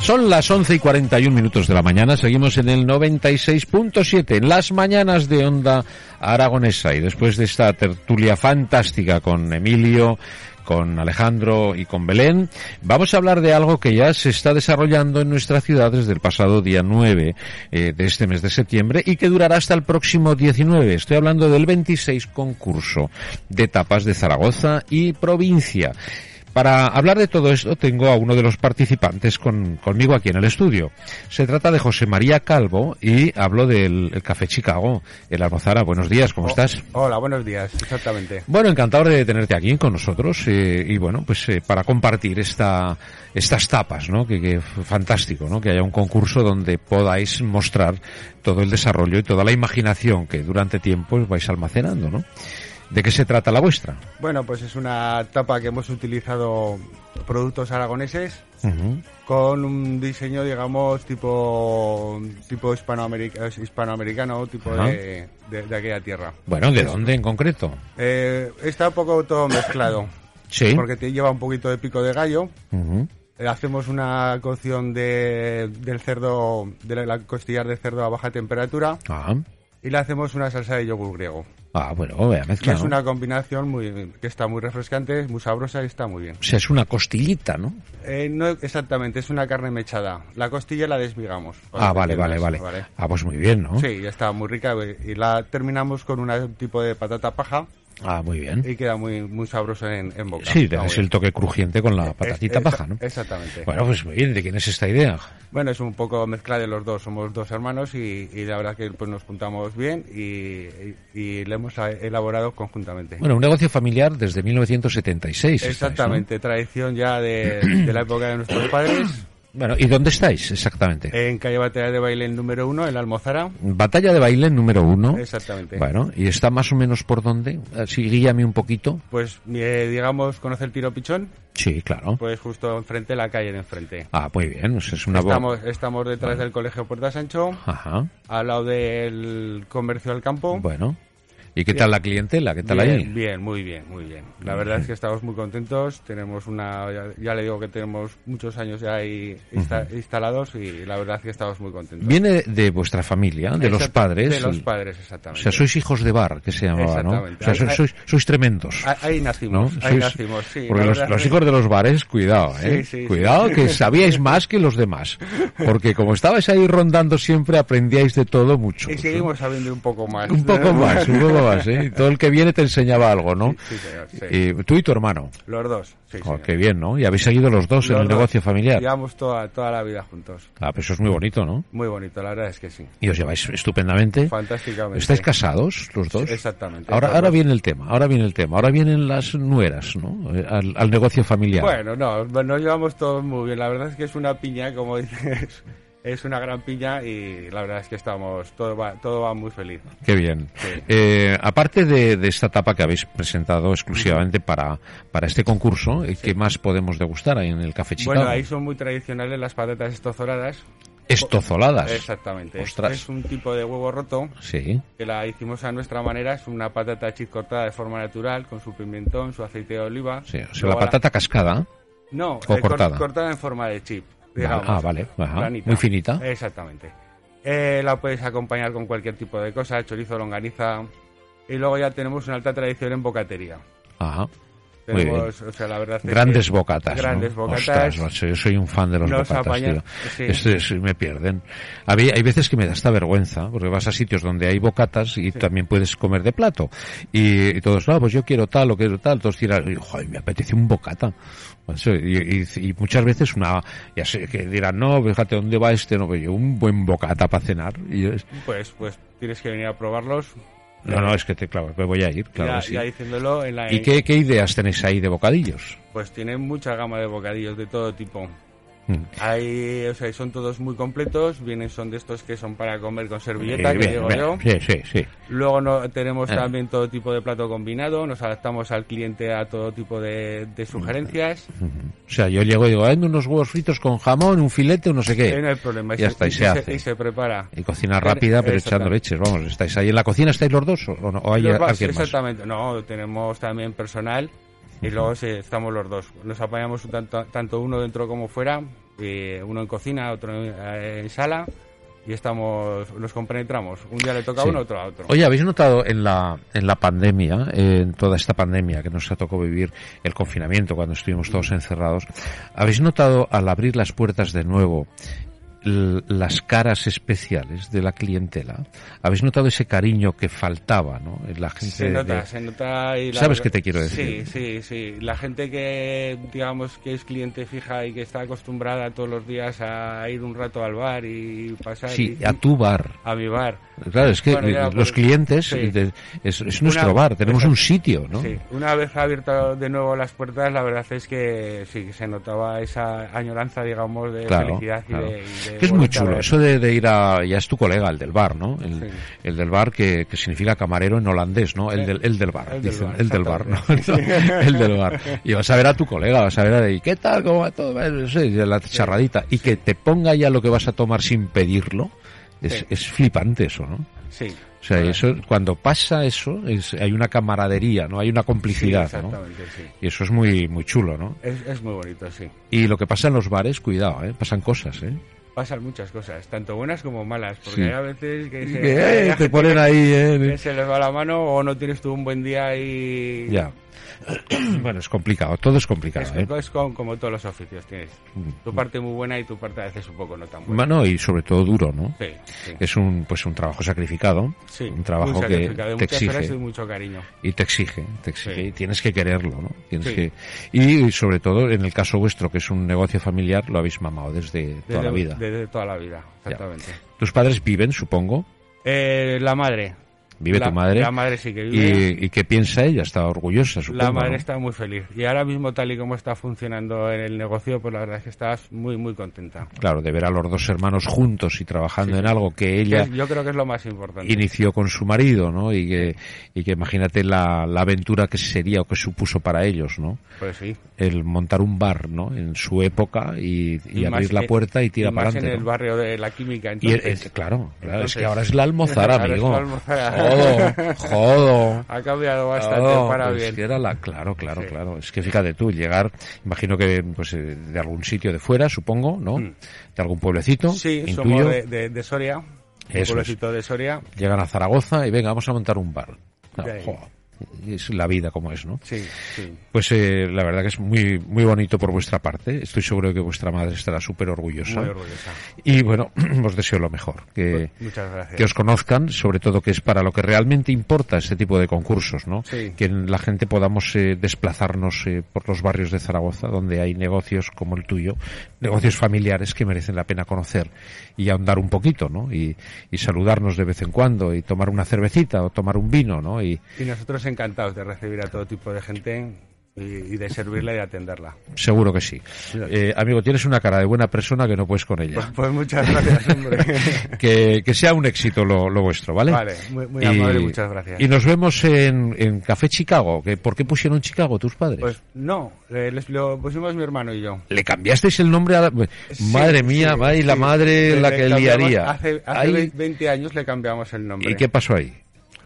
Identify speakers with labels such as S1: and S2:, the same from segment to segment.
S1: Son las 11 y 41 minutos de la mañana. Seguimos en el 96.7, en las mañanas de Onda Aragonesa. Y después de esta tertulia fantástica con Emilio, con Alejandro y con Belén, vamos a hablar de algo que ya se está desarrollando en nuestra ciudad desde el pasado día 9 eh, de este mes de septiembre y que durará hasta el próximo 19. Estoy hablando del 26 concurso de tapas de Zaragoza y provincia. Para hablar de todo esto tengo a uno de los participantes con, conmigo aquí en el estudio. Se trata de José María Calvo y hablo del el Café Chicago, el Almozara. Buenos días, ¿cómo
S2: Oh,
S1: estás?
S2: Hola, buenos días, exactamente.
S1: Bueno, encantado de tenerte aquí con nosotros eh, y bueno, pues eh, para compartir esta, estas tapas, ¿no? Que, que f- fantástico, ¿no? Que haya un concurso donde podáis mostrar todo el desarrollo y toda la imaginación que durante tiempo vais almacenando, ¿no? ¿De qué se trata la vuestra?
S2: Bueno, pues es una tapa que hemos utilizado productos aragoneses
S1: Ujú.
S2: con un diseño, digamos, tipo tipo hispanoamerica- hispanoamericano, tipo
S1: Ajá.
S2: de, de- de aquella tierra.
S1: Bueno, ¿de dónde en concreto?
S2: Eh, está un poco todo mezclado,
S1: Sí.
S2: porque te lleva un poquito de pico de gallo.
S1: Ujú.
S2: Eh, Hacemos una cocción de, del cerdo, de la, la costillar de cerdo a baja temperatura
S1: Ah.
S2: y le hacemos una salsa de yogur griego.
S1: Ah, bueno, vea,
S2: Que
S1: mezcla.
S2: Es
S1: ¿no?
S2: una combinación muy, que está muy refrescante, muy sabrosa y está muy bien.
S1: O sea, es una costillita, ¿no?
S2: Eh, no exactamente, es una carne mechada. La costilla la desmigamos. para
S1: Ah,
S2: que
S1: vale, vale, vale,
S2: entiendas,
S1: Ah, pues muy bien, ¿no?
S2: Sí, ya está muy rica y la terminamos con un tipo de patata paja
S1: Ah, muy bien.
S2: y queda muy muy sabroso en, en boca.
S1: Sí, le
S2: Está
S1: das
S2: muy
S1: el toque crujiente con la
S2: bien.
S1: patatita
S2: Es- es-
S1: baja, ¿no?
S2: Exactamente. Bueno.
S1: Bueno, pues muy bien, ¿de quién es esta idea?
S2: es un poco mezcla de los dos. Somos dos hermanos y, y la verdad que pues, nos juntamos bien y, y, y lo hemos elaborado conjuntamente.
S1: Bueno, un negocio familiar desde 1976. estáis, ¿no?
S2: exactamente, tradición ya de, de la época de nuestros padres.
S1: Bueno, ¿y dónde estáis exactamente?
S2: En calle Batalla de Bailén número uno, en la Almozara.
S1: Batalla de baile número uno.
S2: Exactamente.
S1: Bueno, ¿y está más o menos por dónde? Así guíame un poquito.
S2: Pues eh, digamos, conoce el tiro pichón,
S1: Sí, claro.
S2: pues justo enfrente, la calle de enfrente.
S1: Ah, muy bien, o sea, es una bo-
S2: Estamos, estamos detrás del colegio Puerta Sancho,
S1: Ajá.
S2: al lado del comercio al campo.
S1: Bueno. ¿Y qué tal la clientela? ¿Qué tal ahí?
S2: Oh. Bien, bien, muy bien, muy bien. La verdad es que estamos muy contentos. Tenemos una, ya, ya le digo que tenemos muchos años ya ahí insta- instalados y la verdad es que estamos muy contentos.
S1: Viene de vuestra familia, de los
S2: Exacto,
S1: padres.
S2: De los
S1: el-
S2: padres,
S1: O
S2: exactamente.
S1: sea, sois hijos de bar, que se llamaba, ¿no? O
S2: Exactamente.
S1: sea, sois,
S2: Ahí-
S1: sois, sois tremendos.
S2: Ah, Ahí
S1: ¿no?
S2: nacimos, ahí
S1: Sois-
S2: nacimos, sí.
S1: Porque
S2: la
S1: los,
S2: verdad
S1: los
S2: es que-
S1: hijos de los bares, cuidado, ¿eh?
S2: Sí, sí,
S1: cuidado, que sabíais más que los demás. Porque como estabais ahí rondando siempre, aprendíais de todo mucho.
S2: Y seguimos sabiendo un poco más.
S1: Un poco más, un poco más, ¿eh? Todo el que viene te enseñaba algo, ¿no?
S2: Sí, señor, sí.
S1: Y tú y tu hermano.
S2: Los dos. Sí,
S1: Jo,
S2: señor.
S1: qué bien, ¿no? Y habéis seguido los dos en
S2: Los
S1: el
S2: dos.
S1: negocio familiar.
S2: Llevamos toda, toda la vida juntos.
S1: Ah, pues eso es muy bonito, ¿no?
S2: Muy bonito, la verdad es que sí.
S1: Y os lleváis estupendamente.
S2: Fantásticamente.
S1: ¿Eh? ¿Estáis casados los dos?
S2: Exactamente.
S1: Ahora,
S2: Los
S1: ahora
S2: dos.
S1: viene el tema, ahora viene el tema, ahora vienen las nueras, ¿no? Eh, Al, al negocio familiar.
S2: Bueno, no, nos llevamos todos muy bien. La verdad es que es una piña, como dices. Es una gran piña y la verdad es que estamos, todo va, todo va muy feliz.
S1: Qué bien.
S2: Sí.
S1: Eh, aparte de, de esta tapa que habéis presentado exclusivamente para, para este concurso, eh, ¿qué más podemos degustar ahí en el Café Chicago?
S2: Bueno, ahí son muy tradicionales las patatas estozoradas.
S1: Estozoladas.
S2: Exactamente. Es-
S1: Ostras.
S2: Es un tipo de huevo roto
S1: Sí.
S2: que la hicimos a nuestra manera. Es una patata chip cortada de forma natural con su pimentón, su aceite de oliva.
S1: sí. O sea, la
S2: Luego
S1: patata cascada.
S2: No,
S1: O
S2: eh, cor-
S1: cortada.
S2: cortada. en forma de chip. digamos.
S1: Ah, vale. Ajá.
S2: Planita.
S1: Muy finita.
S2: Exactamente. Eh, la puedes acompañar con cualquier tipo de cosa, chorizo, longaniza. Y luego ya tenemos una alta tradición en bocatería.
S1: Ajá. Muy bien.
S2: Tenemos, o sea, la verdad es que
S1: Grandes bocatas. ¿no?
S2: Grandes bocatas.
S1: Ostras, macho, yo soy un fan de los
S2: Nos
S1: bocatas,
S2: apañan-
S1: tío.
S2: sí.
S1: Esto es- me pierden. A mí- hay veces que me da esta vergüenza, porque vas a sitios donde hay bocatas y también puedes comer de plato. Y, y todos, no, pues yo quiero tal o quiero tal. Todos tiran, y, joder, me apetece un bocata. macho. Y, y- y muchas veces una, ya sé, que dirán, no, fíjate, ¿dónde va este? No, pero yo, un buen bocata para cenar. Y yo, es-
S2: Pues, pues tienes que venir a probarlos.
S1: no, no, es que te, claro, me voy a ir, claro
S2: ya,
S1: que sí.
S2: ya diciéndolo en la.
S1: ¿Y qué, qué ideas tenéis ahí de bocadillos?
S2: Pues tienen mucha gama de bocadillos de todo tipo.
S1: Mm.
S2: Hay, o sea, son todos muy completos. Vienen, son de estos que son para comer con servilleta,
S1: Eh,
S2: que
S1: bien,
S2: digo
S1: bien.
S2: yo.
S1: Sí, sí, sí.
S2: Luego no, tenemos
S1: Ah.
S2: también todo tipo de plato combinado, nos adaptamos al cliente a todo tipo de, de sugerencias.
S1: O sea, yo llego y digo, hazme unos huevos fritos con jamón, un filete, un no sé
S2: Eh, no
S1: qué.
S2: hay problema.
S1: Ya está, y se hace.
S2: y se prepara.
S1: Y cocina rápida, pero echando
S2: Exactamente.
S1: leches. Vamos, ¿estáis ahí en la cocina? ¿Estáis los dos o, o no? ¿O hay
S2: Los vas-
S1: alguien más?
S2: exactamente. No, tenemos también personal y luego sí, estamos los dos. Nos apañamos un tanto, tanto uno dentro como fuera. y uno en cocina, otro en, eh, en sala y estamos los compenetramos. Un día le toca a
S1: Sí.
S2: uno, otro a otro.
S1: Oye, ¿habéis notado en la, en la pandemia, eh, en toda esta pandemia que nos ha tocado vivir el confinamiento cuando estuvimos todos encerrados, ¿habéis notado al abrir las puertas de nuevo l- las caras especiales de la clientela? ¿Habéis notado ese cariño que faltaba, no? En la gente
S2: Se nota,
S1: de-
S2: se nota. y la
S1: ¿Sabes
S2: verdad-
S1: qué te quiero decir?
S2: Sí, sí, sí. La gente que, digamos, que es cliente fija y que está acostumbrada todos los días a ir un rato al bar y pasar
S1: Sí,
S2: y-
S1: a tu bar.
S2: a mi bar.
S1: Claro, es que
S2: Bueno, ya,
S1: los
S2: pues,
S1: clientes,
S2: sí.
S1: de- es, es
S2: Una-
S1: nuestro bar, tenemos
S2: exacto.
S1: un sitio, ¿no?
S2: Sí, una vez abierto de nuevo las puertas, la verdad es que sí, se notaba esa añoranza, digamos, de
S1: Claro,
S2: felicidad y
S1: claro.
S2: de, y de
S1: Que es muy
S2: volver a
S1: chulo,
S2: ver.
S1: eso de, de ir a... Ya es tu colega, el del bar, ¿no? El,
S2: Sí.
S1: el del bar que, que significa camarero en holandés, ¿no? El del, el del bar,
S2: El del
S1: dicen.
S2: bar,
S1: el del bar, ¿no? el del bar. Y vas a ver a tu colega, vas a ver a... ¿Y qué tal? ¿Cómo va todo? Eh, no sé, la charradita. Y que te ponga ya lo que vas a tomar sin pedirlo. Es,
S2: Sí.
S1: es flipante eso, ¿no?
S2: Sí.
S1: O sea,
S2: Claro.
S1: eso, cuando pasa eso, es, hay una camaradería, ¿no? Hay una
S2: Sí,
S1: complicidad, ¿no?
S2: exactamente, sí.
S1: Y eso es muy, muy chulo, ¿no?
S2: Es, es muy bonito, sí.
S1: Y lo que pasa en los bares, cuidado, ¿eh? Pasan cosas, ¿eh?
S2: Pasan muchas cosas, tanto buenas como malas,
S1: Sí.
S2: porque hay a veces que se,
S1: Que,
S2: hay
S1: eh,
S2: gente
S1: te ponen ahí,
S2: que
S1: ¿eh?
S2: se les va la mano o no tienes tú un buen día y...
S1: Ya. Bueno, es complicado, todo es complicado,
S2: Es,
S1: ¿eh? Mm.
S2: es con- como todos los oficios, tienes tu parte muy buena y tu parte a veces un poco no tan buena.
S1: ¿eh? Bueno, y sobre todo duro, ¿no?
S2: Sí, sí.
S1: Es un, pues un trabajo sacrificado,
S2: Sí,
S1: un trabajo
S2: muy
S1: que
S2: sacrificado, de
S1: te
S2: muchas horas y
S1: exige
S2: mucho cariño.
S1: y te exige, te exige
S2: Sí.
S1: y tienes que quererlo, ¿no? Tienes
S2: Sí.
S1: que y sobre todo en el caso vuestro que es un negocio familiar lo habéis mamado desde toda
S2: Desde-
S1: la vida.
S2: Desde toda la vida, exactamente.
S1: Tus padres viven, supongo,
S2: Eh, la madre.
S1: vive
S2: La-
S1: tu madre
S2: La madre sí que vive.
S1: y, y qué piensa ella, está orgullosa, supongo.
S2: la madre
S1: ¿no?
S2: está muy feliz. Y ahora mismo, tal y como está funcionando en el negocio, pues la verdad es que estás muy, muy contenta.
S1: Claro, de ver a los dos hermanos juntos y trabajando en algo que ella
S2: Es- Yo creo que es lo más importante.
S1: inició con su marido, ¿no? Y que, y que imagínate la, la aventura que sería o que supuso para ellos, ¿no?
S2: Pues sí.
S1: El montar un bar, ¿no? En su época y, y
S2: Y más
S1: abrir la
S2: que-
S1: puerta y tira
S2: y
S1: para
S2: más en
S1: adelante.
S2: el
S1: ¿no?
S2: barrio de la química,
S1: Y el-
S2: entonces.
S1: el- claro, claro, es que
S2: Entonces-
S1: ahora es la almozara,
S2: Ahora es
S1: amigo.
S2: la almozara.
S1: Jodo, jodo.
S2: Ha cambiado bastante
S1: Claro,
S2: para
S1: pero es
S2: bien.
S1: que era la, claro, claro,
S2: Sí.
S1: claro. Es que fíjate tú, llegar, imagino que pues, eh, de algún sitio de fuera, supongo, ¿no? De algún pueblecito,
S2: Mm. Sí,
S1: intuyo.
S2: somos de, de- de Soria.
S1: Eso
S2: Un
S1: es.
S2: pueblecito de Soria.
S1: Llegan a Zaragoza y venga, vamos a montar un bar. Claro,
S2: De ahí.
S1: jo, es la vida como es, ¿no?
S2: Sí, sí.
S1: Pues eh, la verdad que es muy muy bonito por vuestra parte. Estoy seguro de que vuestra madre estará súper orgullosa.
S2: Muy orgullosa. Pues
S1: Y bueno, os deseo lo mejor. Que,
S2: Muchas gracias.
S1: que os conozcan, sobre todo que es para lo que realmente importa este tipo de concursos, ¿no?
S2: Sí.
S1: Que la gente podamos eh, desplazarnos eh, por los barrios de Zaragoza, donde hay negocios como el tuyo, negocios familiares que merecen la pena conocer y ahondar un poquito, ¿no? Y, y saludarnos de vez en cuando y tomar una cervecita o tomar un vino, ¿no? Y
S2: Y nosotros encantados de recibir a todo tipo de gente y, y de servirla y atenderla.
S1: seguro que sí. Eh, amigo, tienes una cara de buena persona que no puedes con
S2: Pues,
S1: ella.
S2: pues muchas gracias, hombre.
S1: Que, que sea un éxito lo, lo vuestro, ¿vale?
S2: vale, muy, muy amable, muchas gracias.
S1: Y nos vemos en, en Café Chicago. Que, ¿Por qué pusieron Chicago tus padres?
S2: Pues no, eh, les- lo pusimos mi hermano y yo.
S1: Le cambiasteis el nombre a la... madre
S2: Sí,
S1: mía,
S2: sí,
S1: va, y la
S2: sí.
S1: madre
S2: Le-
S1: la
S2: le
S1: que
S2: cambiamos-
S1: liaría.
S2: Hace, hace
S1: Ahí-
S2: 20 años le cambiamos el nombre.
S1: ¿Y qué pasó ahí?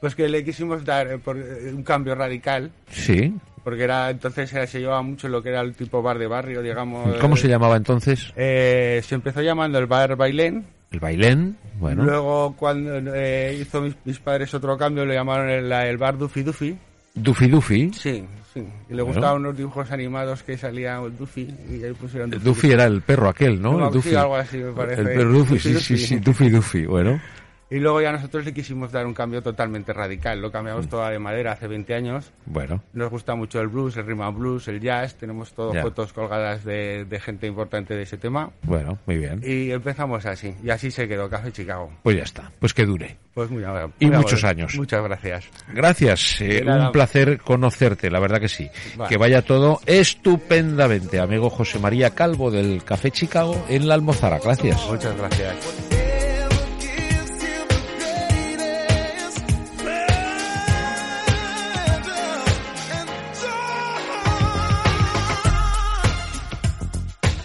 S2: Pues que le quisimos dar eh, por- eh, un cambio radical,
S1: Sí.
S2: porque era entonces era- se llevaba mucho lo que era el tipo bar de barrio, digamos.
S1: ¿Cómo se llamaba entonces?
S2: Eh, se empezó llamando el bar Bailén.
S1: El Bailén. Bueno.
S2: Luego, cuando eh, hizo mis, mis padres otro cambio, lo llamaron el, el bar Duffy Duffy.
S1: Duffy Duffy.
S2: Sí, sí. Y le
S1: Bueno.
S2: gustaban unos dibujos animados que salía el Duffy y ahí pusieron
S1: El Duffy era el perro aquel, ¿no?
S2: No,
S1: el
S2: sí,
S1: Duffy.
S2: algo así, me parece.
S1: El perro Duffy,
S2: Duffy,
S1: sí, sí,
S2: Duffy.
S1: sí. Duffy Duffy. Bueno.
S2: Y luego ya nosotros le quisimos dar un cambio totalmente radical. Lo cambiamos
S1: Mm.
S2: toda de madera hace 20 años.
S1: Bueno.
S2: Nos gusta mucho el blues, el rhythm and blues, el jazz. Tenemos todo
S1: Ya.
S2: fotos colgadas de, de gente importante de ese tema.
S1: Bueno, muy bien.
S2: Y empezamos así. Y así se quedó Café Chicago.
S1: Pues ya está. Pues que dure.
S2: Pues muy amable.
S1: Y
S2: Muy
S1: muchos
S2: amable.
S1: años.
S2: Muchas gracias.
S1: Gracias, eh,
S2: Nada.
S1: un placer conocerte, la verdad que sí.
S2: Vale.
S1: Que vaya todo estupendamente, amigo José María Calvo del Café Chicago en la Almozara. Gracias.
S2: Muchas gracias.